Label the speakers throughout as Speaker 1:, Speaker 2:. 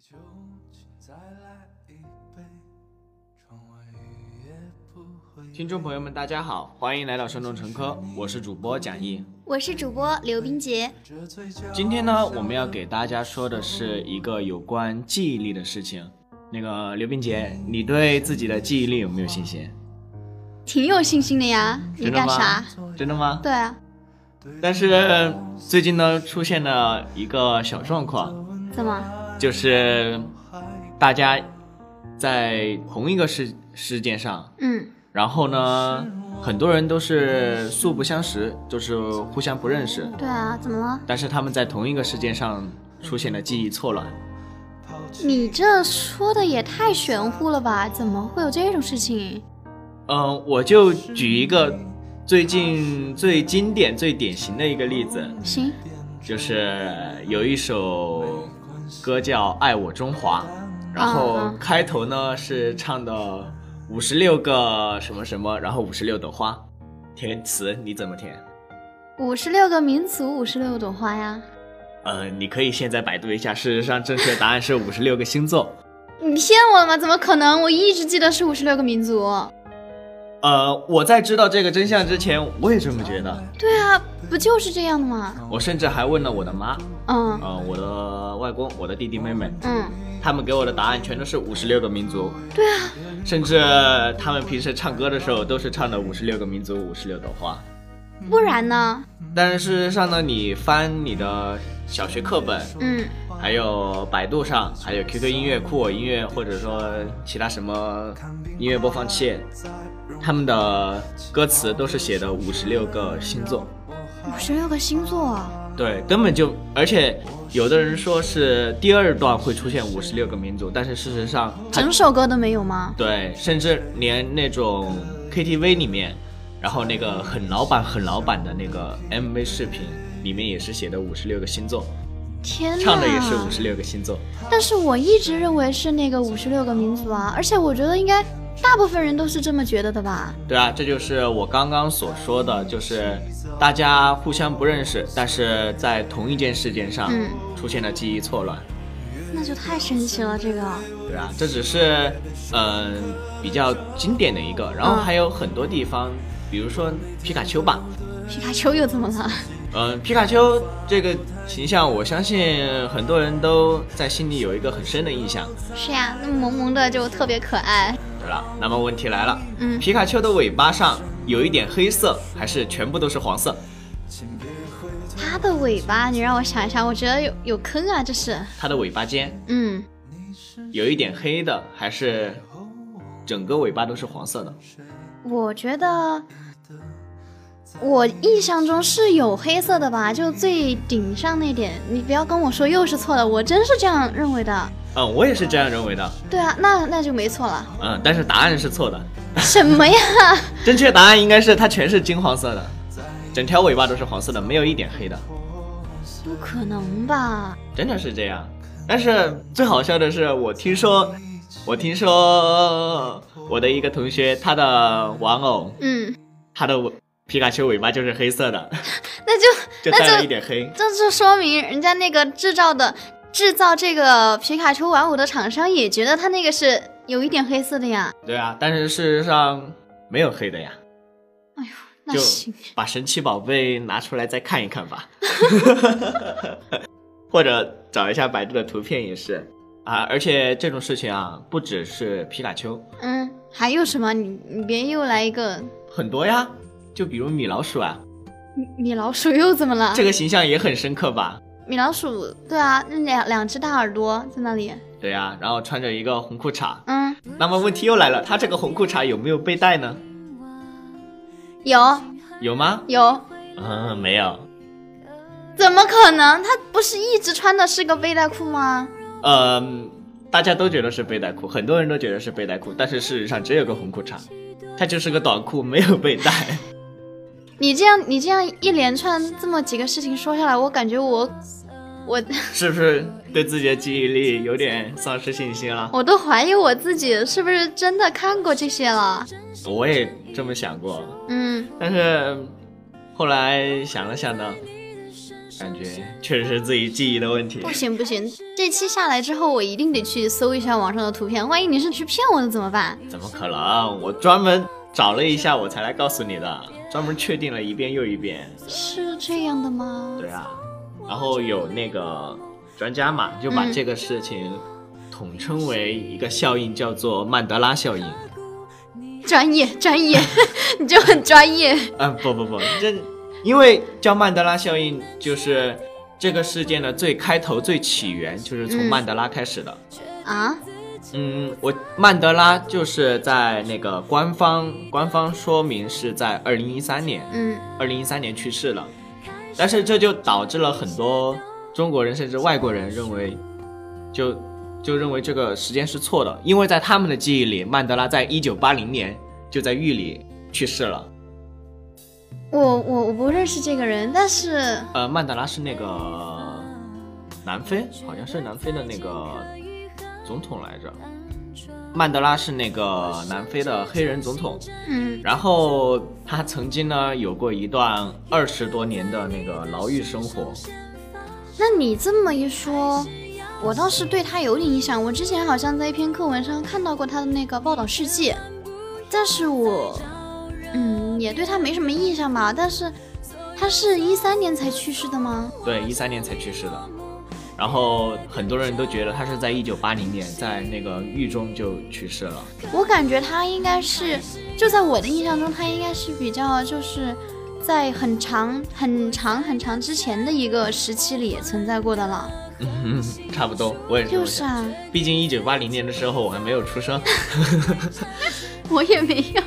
Speaker 1: 酒，请再来一杯。窗外雨也不会
Speaker 2: 听众朋友们，大家好，欢迎来到生动成科，我是主播蒋毅。
Speaker 3: 我是主播刘冰洁，
Speaker 1: 这嘴角
Speaker 2: 今天呢，我们要给大家说的是一个有关记忆力的事情。那个刘冰洁，你对自己的记忆力有没有信心？
Speaker 3: 挺有信心的呀。你
Speaker 2: 真的
Speaker 3: 干
Speaker 2: 吗
Speaker 3: 啥？？
Speaker 2: 真的吗？
Speaker 3: 对啊，
Speaker 2: 但是最近呢，出现了一个小状况，
Speaker 3: 怎么？
Speaker 2: 就是大家在同一个事事件上，
Speaker 3: 嗯，
Speaker 2: 然后呢，很多人都是素不相识，就是互相不认识，
Speaker 3: 对啊，怎么了？
Speaker 2: 但是他们在同一个事件上出现了记忆错乱。
Speaker 3: 你这说的也太玄乎了吧？怎么会有这种事情？
Speaker 2: 嗯，我就举一个最近最经典、最典型的一个例子，
Speaker 3: 行，
Speaker 2: 就是有一首歌叫《爱我中华》，然后
Speaker 3: 嗯嗯
Speaker 2: 开头呢是唱的五十六个什么什么，然后五十六朵花，填词你怎么填？
Speaker 3: 五十六个民族，五十六朵花呀。
Speaker 2: 呃，你可以现在百度一下，事实上正确答案是五十六个星座。
Speaker 3: 你骗我吗？怎么可能？我一直记得是五十六个民族。
Speaker 2: 呃，我在知道这个真相之前，我也这么觉得。
Speaker 3: 对啊，不就是这样的吗？
Speaker 2: 我甚至还问了我的妈，
Speaker 3: 嗯
Speaker 2: 呃，我的外公、我的弟弟妹妹，
Speaker 3: 嗯，
Speaker 2: 他们给我的答案全都是五十六个民族，
Speaker 3: 对啊，
Speaker 2: 甚至他们平时唱歌的时候都是唱的五十六个民族、五十六朵花。
Speaker 3: 不然呢？
Speaker 2: 但是事实上呢，你翻你的小学课本，
Speaker 3: 嗯，
Speaker 2: 还有百度上，还有 QQ 音乐、酷我音乐，或者说其他什么音乐播放器，他们的歌词都是写的五十六个星座。
Speaker 3: 五十六个星座，
Speaker 2: 对，根本就，而且有的人说是第二段会出现五十六个民族，但是事实上它
Speaker 3: 整首歌都没有吗？
Speaker 2: 对，甚至连那种 KTV 里面，然后那个很老板很老板的那个 MV 视频里面也是写的五十六个星座，
Speaker 3: 天哪！
Speaker 2: 唱的也啊是五十六个星座。
Speaker 3: 但是我一直认为是那个五十六个民族啊，而且我觉得应该大部分人都是这么觉得的吧？
Speaker 2: 对啊，这就是我刚刚所说的，就是大家互相不认识，但是在同一件事件上
Speaker 3: 嗯
Speaker 2: 出现了记忆错乱。
Speaker 3: 那就太神奇了，这个。
Speaker 2: 对啊，这只是嗯、呃比较经典的一个，然后
Speaker 3: 嗯
Speaker 2: 还有很多地方，比如说皮卡丘吧，
Speaker 3: 皮卡丘又怎么了？
Speaker 2: 嗯、皮卡丘这个形象，我相信很多人都在心里有一个很深的印象，
Speaker 3: 是呀，那萌萌的就特别可爱。
Speaker 2: 对吧？那么问题来了，
Speaker 3: 嗯
Speaker 2: 皮卡丘的尾巴上有一点黑色，还是全部都是黄色？
Speaker 3: 它的尾巴，你让我想一下，我觉得有有坑啊，这是。
Speaker 2: 它的尾巴尖
Speaker 3: 嗯，
Speaker 2: 有一点黑的，还是整个尾巴都是黄色的？
Speaker 3: 我觉得我印象中是有黑色的吧，就最顶上那点。你不要跟我说又是错的，我真是这样认为的。
Speaker 2: 嗯，我也是这样认为的。
Speaker 3: 对啊，那那就没错了。
Speaker 2: 嗯，但是答案是错的。
Speaker 3: 什么呀？
Speaker 2: 正确答案应该是它全是金黄色的，整条尾巴都是黄色的，没有一点黑的，
Speaker 3: 不可能吧？
Speaker 2: 真的是这样。但是最好笑的是，我听说，我听说我的一个同学，他的玩偶，
Speaker 3: 嗯，
Speaker 2: 他的尾皮卡丘尾巴就是黑色的，
Speaker 3: 那就
Speaker 2: 就
Speaker 3: 那就
Speaker 2: 带了一点黑。
Speaker 3: 这就说明人家那个制造的制造这个皮卡丘玩偶的厂商也觉得它那个是有一点黑色的呀。
Speaker 2: 对啊，但是事实上没有黑的呀。
Speaker 3: 那
Speaker 2: 就
Speaker 3: 行，
Speaker 2: 把神奇宝贝拿出来再看一看吧， 或者找一下百度的图片也是啊。而且这种事情啊，不只是皮卡丘，
Speaker 3: 嗯，还有什么？你你别又来一个
Speaker 2: 很多呀，就比如米老鼠啊，
Speaker 3: 米米老鼠又怎么了？
Speaker 2: 这个形象也很深刻吧？
Speaker 3: 米老鼠，对啊，那两两只大耳朵在那里。
Speaker 2: 对呀、然后穿着一个红裤衩。
Speaker 3: 嗯，
Speaker 2: 那么问题又来了，他这个红裤衩有没有背带呢？
Speaker 3: 有
Speaker 2: 有吗？
Speaker 3: 有，
Speaker 2: 嗯，没有。
Speaker 3: 怎么可能？它不是一直穿的是个背带裤吗？
Speaker 2: 嗯，大家都觉得是背带裤，很多人都觉得是背带裤，但是事实上只有个红裤衩，它就是个短裤，没有背带。
Speaker 3: 你这样你这样一连串这么几个事情说下来，我感觉我我。
Speaker 2: 是不是对自己的记忆力有点丧失信心了？
Speaker 3: 我都怀疑我自己是不是真的看过这些了。
Speaker 2: 我也这么想过，
Speaker 3: 嗯，
Speaker 2: 但是后来想了想呢，感觉确实是自己记忆的问题。
Speaker 3: 不行不行，这期下来之后，我一定得去搜一下网上的图片，万一你是去骗我的怎么办？
Speaker 2: 怎么可能？我专门找了一下，我才来告诉你的，专门确定了一遍又一遍。
Speaker 3: 是这样的吗？
Speaker 2: 对啊，然后有那个专家嘛，就把
Speaker 3: 嗯
Speaker 2: 这个事情统称为一个效应，叫做曼德拉效应。
Speaker 3: 专业专业， 你就很专业。
Speaker 2: 啊，不不不，这因为叫曼德拉效应，就是这个事件的最开头、最起源，就是从
Speaker 3: 嗯
Speaker 2: 曼德拉开始的。
Speaker 3: 啊，
Speaker 2: 嗯，我曼德拉就是在那个官方官方说明是在二零一三年，
Speaker 3: 嗯
Speaker 2: 二零一三年去世了，但是这就导致了很多中国人甚至外国人认为，就就认为这个时间是错的，因为在他们的记忆里，曼德拉在一九八零年就在狱里去世了。
Speaker 3: 我我我不认识这个人，但是
Speaker 2: 呃，曼德拉是那个南非，好像是南非的那个总统来着。曼德拉是那个南非的黑人总统，
Speaker 3: 嗯
Speaker 2: 然后他曾经呢有过一段二十多年的那个牢狱生活。
Speaker 3: 那你这么一说，我倒是对他有点印象。我之前好像在一篇课文上看到过他的那个报道事迹，但是我，嗯，也对他没什么印象吧。但是他是一三年才去世的吗？
Speaker 2: 对，一三年才去世的。然后很多人都觉得他是在一九八零年在那个狱中就去世了。
Speaker 3: 我感觉他应该是，就在我的印象中，他应该是比较就是。在很长、很长、很长之前的一个时期里存在过的了，
Speaker 2: 嗯， 差不多，我也是这
Speaker 3: 就
Speaker 2: 么
Speaker 3: 是
Speaker 2: 想。
Speaker 3: 啊，
Speaker 2: 毕竟一九八零年的时候我还没有出生。
Speaker 3: 我也没有，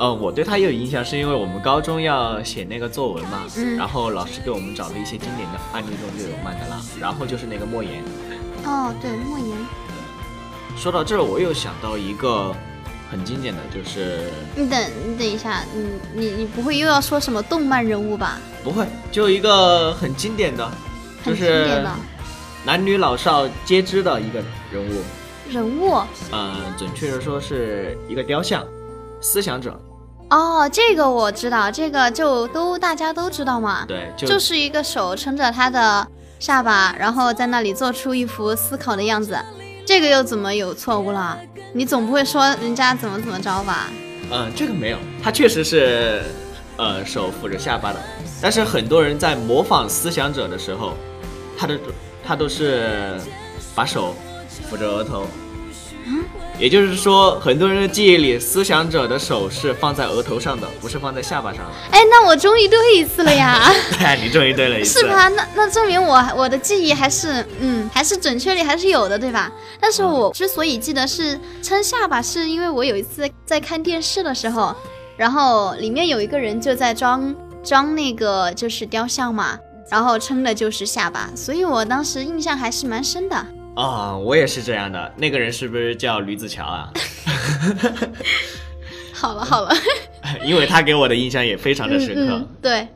Speaker 2: 呃，我对他也有印象，是因为我们高中要写那个作文嘛，
Speaker 3: 嗯
Speaker 2: 然后老师给我们找了一些经典的案例中就有曼德拉，然后就是那个莫言。
Speaker 3: 哦，对，莫言，
Speaker 2: 说到这儿，我又想到一个很经典的，就是
Speaker 3: 你等，你等一下，你你你不会又要说什么动漫人物吧？
Speaker 2: 不会，就一个很经典的，就
Speaker 3: 很经典
Speaker 2: 是
Speaker 3: 的
Speaker 2: 男女老少皆知的一个人物，
Speaker 3: 人物
Speaker 2: 呃，准确的说是一个雕像，思想者，
Speaker 3: 哦，这个我知道，这个就都大家都知道嘛，
Speaker 2: 对，就
Speaker 3: 就是一个手撑着他的下巴，然后在那里做出一副思考的样子，这个又怎么有错误了？你总不会说人家怎么怎么着吧？
Speaker 2: 嗯，这个没有，他确实是，呃，手扶着下巴的。但是很多人在模仿思想者的时候，他的他都是把手扶着额头。
Speaker 3: 啊
Speaker 2: 也就是说，很多人的记忆里，思想者的手是放在额头上的，不是放在下巴上的。
Speaker 3: 哎，那我终于对一次了呀，
Speaker 2: 哎，你终于对了一次。
Speaker 3: 是吧？那那证明我我的记忆还是嗯还是准确率还是有的，对吧？但
Speaker 2: 嗯
Speaker 3: 是我之所以记得是撑下巴，是因为我有一次在看电视的时候，然后里面有一个人就在装装那个就是雕像嘛，然后撑的就是下巴，所以我当时印象还是蛮深的。
Speaker 2: 啊、我也是这样的。那个人是不是叫吕子乔啊？
Speaker 3: 好了好了，
Speaker 2: 因为他给我的印象也非常的
Speaker 3: 嗯
Speaker 2: 嗯深刻。
Speaker 3: 嗯，对，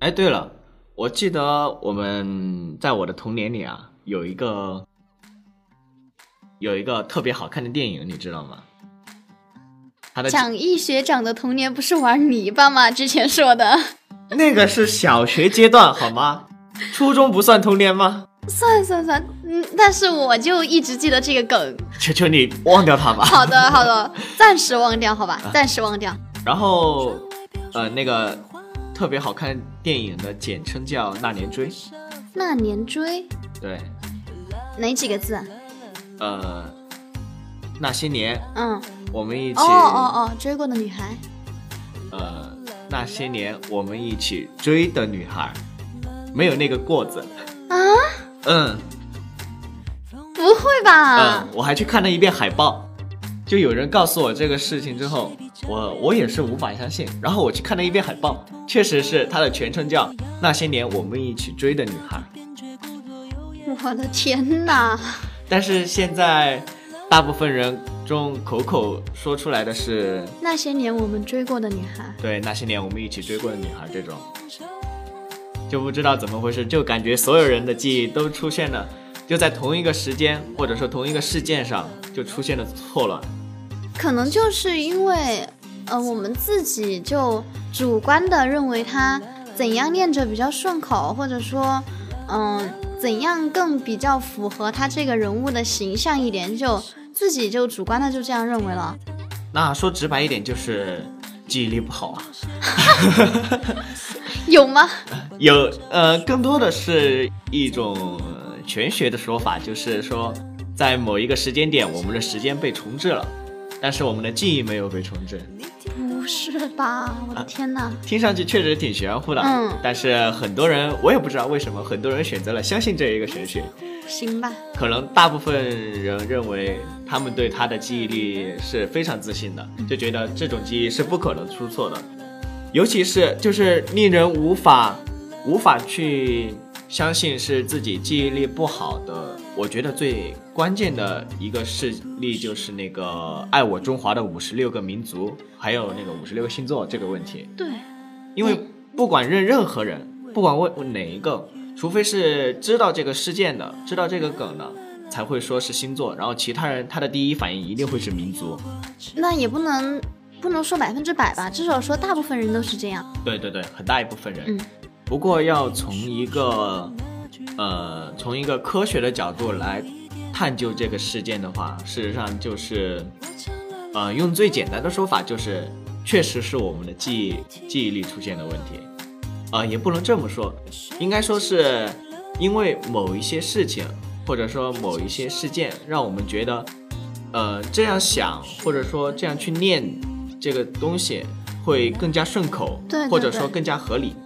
Speaker 2: 哎，对了，我记得我们在我的童年里啊，有一个有一个特别好看的电影，你知道吗？它的
Speaker 3: 蒋毅学长的童年不是玩泥巴吗？之前说的，
Speaker 2: 那个是小学阶段好吗？初中不算童年吗？
Speaker 3: 算算算，嗯，但是我就一直记得这个梗。
Speaker 2: 求求你忘掉它吧。
Speaker 3: 好的，好的，暂时忘掉，好吧，
Speaker 2: 啊
Speaker 3: 暂时忘掉。
Speaker 2: 然后，呃，那个特别好看的电影的简称叫《那年追》，
Speaker 3: 那年追
Speaker 2: 对，
Speaker 3: 哪几个字？啊
Speaker 2: 呃，那些年
Speaker 3: 嗯，
Speaker 2: 我们一起
Speaker 3: 哦哦哦，追过的女孩。
Speaker 2: 呃，那些年我们一起追的女孩，没有那个过字。
Speaker 3: 啊？
Speaker 2: 嗯
Speaker 3: 不会吧
Speaker 2: 嗯？，我还去看了一遍海报，就有人告诉我这个事情之后，我我也是无法相信。然后我去看了一遍海报，确实是它的全称叫《那些年我们一起追的女孩》，嗯
Speaker 3: 我的天哪！
Speaker 2: 但是现在大部分人中口口说出来的是
Speaker 3: 那些年我们追过的女孩，
Speaker 2: 对那些年我们一起追过的女孩这种，就不知道怎么回事，就感觉所有人的记忆都出现了，就在同一个时间或者说同一个事件上就出现了错乱。
Speaker 3: 可能就是因为，呃，我们自己就主观的认为它怎样念着比较顺口，或者说，嗯，怎样更比较符合他这个人物的形象一点，就自己就主观的就这样认为了。
Speaker 2: 那说直白一点，就是记忆力不好啊。
Speaker 3: 有吗？
Speaker 2: 有呃，更多的是一种呃玄学的说法，就是说，在某一个时间点，我们的时间被重置了，但是我们的记忆没有被重置。
Speaker 3: 不是吧？我的天哪！
Speaker 2: 听上去确实挺玄乎的，
Speaker 3: 嗯
Speaker 2: 但是很多人我也不知道为什么，很多人选择了相信这一个玄学，
Speaker 3: 行吧，
Speaker 2: 可能大部分人认为他们对他的记忆力是非常自信的，就觉得这种记忆是不可能出错的，尤其是就是令人无法无法去相信是自己记忆力不好的。我觉得最关键的一个事例就是那个《爱我中华的五十六个民族》，还有那个五十六个星座这个问题。
Speaker 3: 对，
Speaker 2: 因为不管任任何人，不管问哪一个，除非是知道这个事件的，知道这个梗的，才会说是星座，然后其他人他的第一反应一定会是民族。
Speaker 3: 那也不能不能说百分之百吧，至少说大部分人都是这样。
Speaker 2: 对对对，很大一部分人。
Speaker 3: 嗯
Speaker 2: 不过要从一个呃从一个科学的角度来探究这个事件的话，事实上就是呃用最简单的说法就是，确实是我们的记忆记忆力出现了问题。呃，也不能这么说，应该说是因为某一些事情，或者说某一些事件，让我们觉得，呃，这样想或者说这样去念这个东西会更加顺口，
Speaker 3: 对对
Speaker 2: 或者
Speaker 3: 对
Speaker 2: 说更加合理。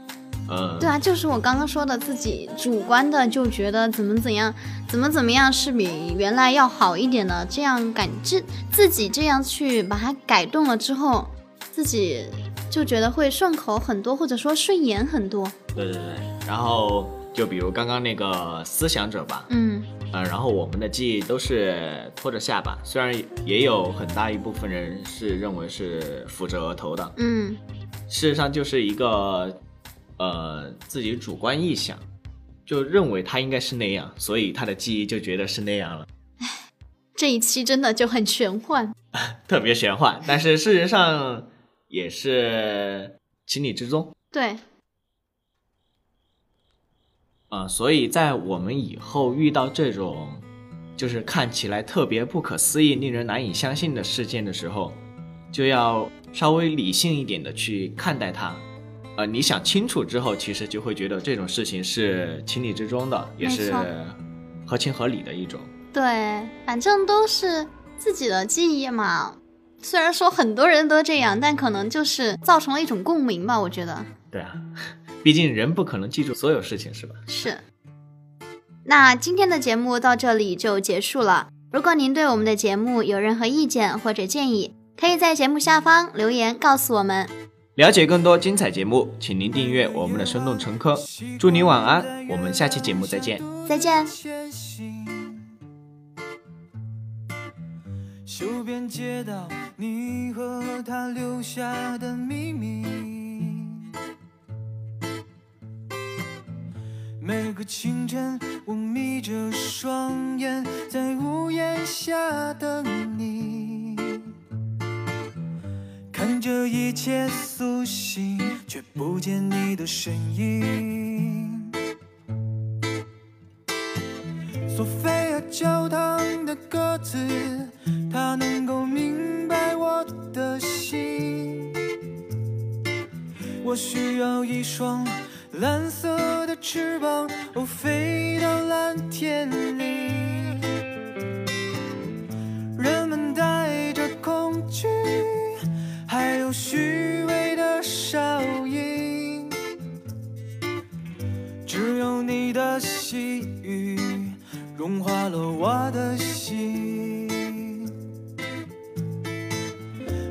Speaker 2: 呃，
Speaker 3: 对啊，就是我刚刚说的，自己主观的就觉得怎么怎样，怎么怎么样是比原来要好一点的，这样感知自己这样去把它改动了之后，自己就觉得会顺口很多，或者说顺眼很多。
Speaker 2: 对对对。然后就比如刚刚那个思想者吧，
Speaker 3: 嗯，
Speaker 2: 呃，然后我们的记忆都是拖着下巴，虽然也有很大一部分人是认为是扶着额头的，
Speaker 3: 嗯，
Speaker 2: 事实上就是一个呃自己主观臆想，就认为他应该是那样，所以他的记忆就觉得是那样了，
Speaker 3: 这一期真的就很玄幻。
Speaker 2: 特别玄幻。但是事实上也是情理之中
Speaker 3: 对，
Speaker 2: 啊、所以在我们以后遇到这种就是看起来特别不可思议、令人难以相信的事件的时候，就要稍微理性一点的去看待它。呃，你想清楚之后，其实就会觉得这种事情是情理之中的，也
Speaker 3: 没
Speaker 2: 是
Speaker 3: 错
Speaker 2: 合情合理的一种。
Speaker 3: 对，反正都是自己的记忆嘛。虽然说很多人都这样，但可能就是造成了一种共鸣吧。我觉得
Speaker 2: 对啊， 毕竟人不可能记住所有事情，是吧？
Speaker 3: 是。那今天的节目到这里就结束了。如果您对我们的节目有任何意见或者建议，可以在节目下方留言告诉我们。
Speaker 2: 了解更多精彩节目，请您订阅我们的生动成科。祝您晚安，我们下期节目再见。
Speaker 3: 再见。
Speaker 1: 前行，修边街道，你和他留下的秘密。每个清晨，我眯着双眼，在屋檐下等你，看着一切苏醒，却不见你的身影。索菲亚教堂的歌词，它能够明白我的心。我需要一双蓝色的翅膀，哦，飞到蓝天里。人们带着恐惧，还有虚伪的少瘾。只有你的细语融化了我的心。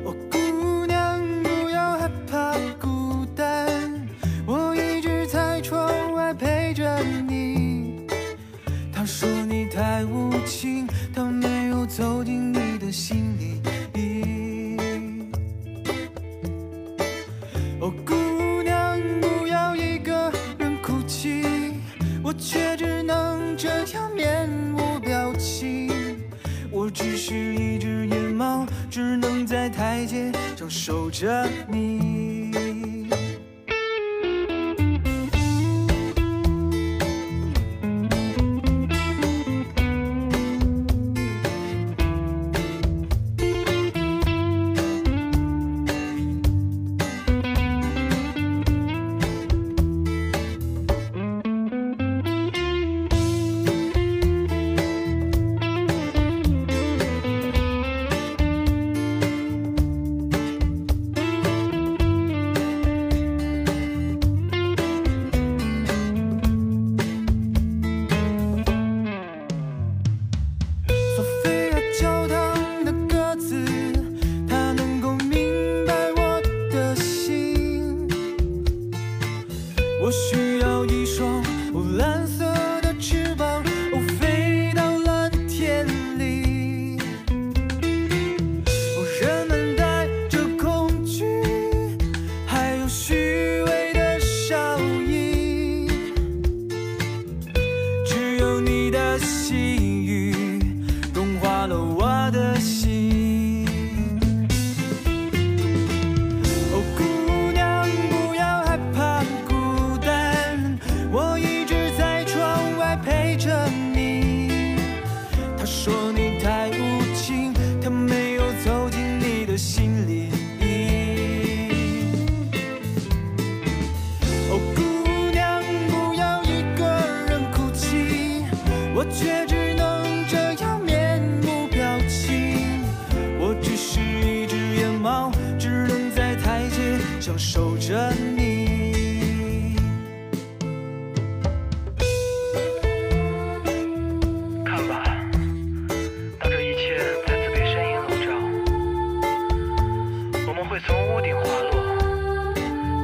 Speaker 1: 哦，姑娘，不要害怕孤单，我一直在窗外陪着你。他说你太无情，他没有走进你的心里。哦，姑娘，不要一个人哭泣，我却只能这样面无表情。我只是一只野猫，只能在台阶上守着你。细雨融化了我的心。哦，姑娘，不要害怕孤单，我一直在窗外陪着你。他说你太无情，他没有走进你的心里。哦，姑娘，不要一个人哭泣，我却只能这样面无表情。我只是一只野猫，只能在台阶上守着你。
Speaker 4: 看吧，当这一切再次被身影笼罩，我们会从屋顶滑落。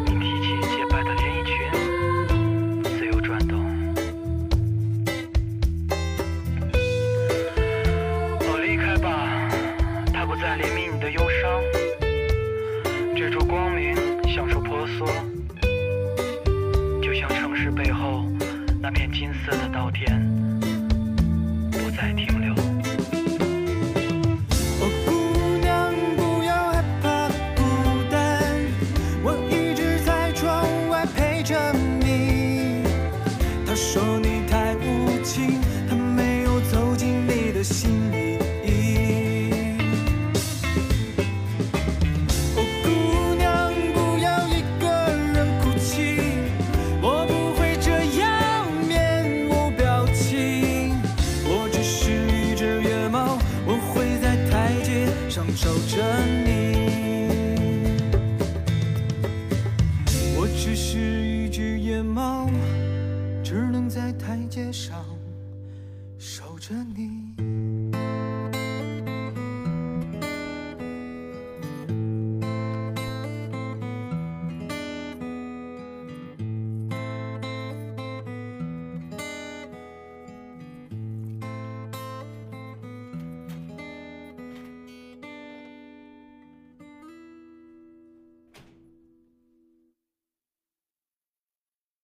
Speaker 4: 你提起洁白的连衣裙，自由转动。哦，离开吧，它不再怜悯你的忧伤。这束光明向处婆娑，就像城市背后那片金色的稻田。不再停留。
Speaker 1: 哦，姑娘，不要害怕孤单，我一直在窗外陪着你。他说你太无情，他没有走进你的心里。哦，姑娘，不要一个人哭泣，我不会这样面无表情。我只是一只野猫，我会在台阶上守着你。我只是一只野猫，只能在台阶上守着你。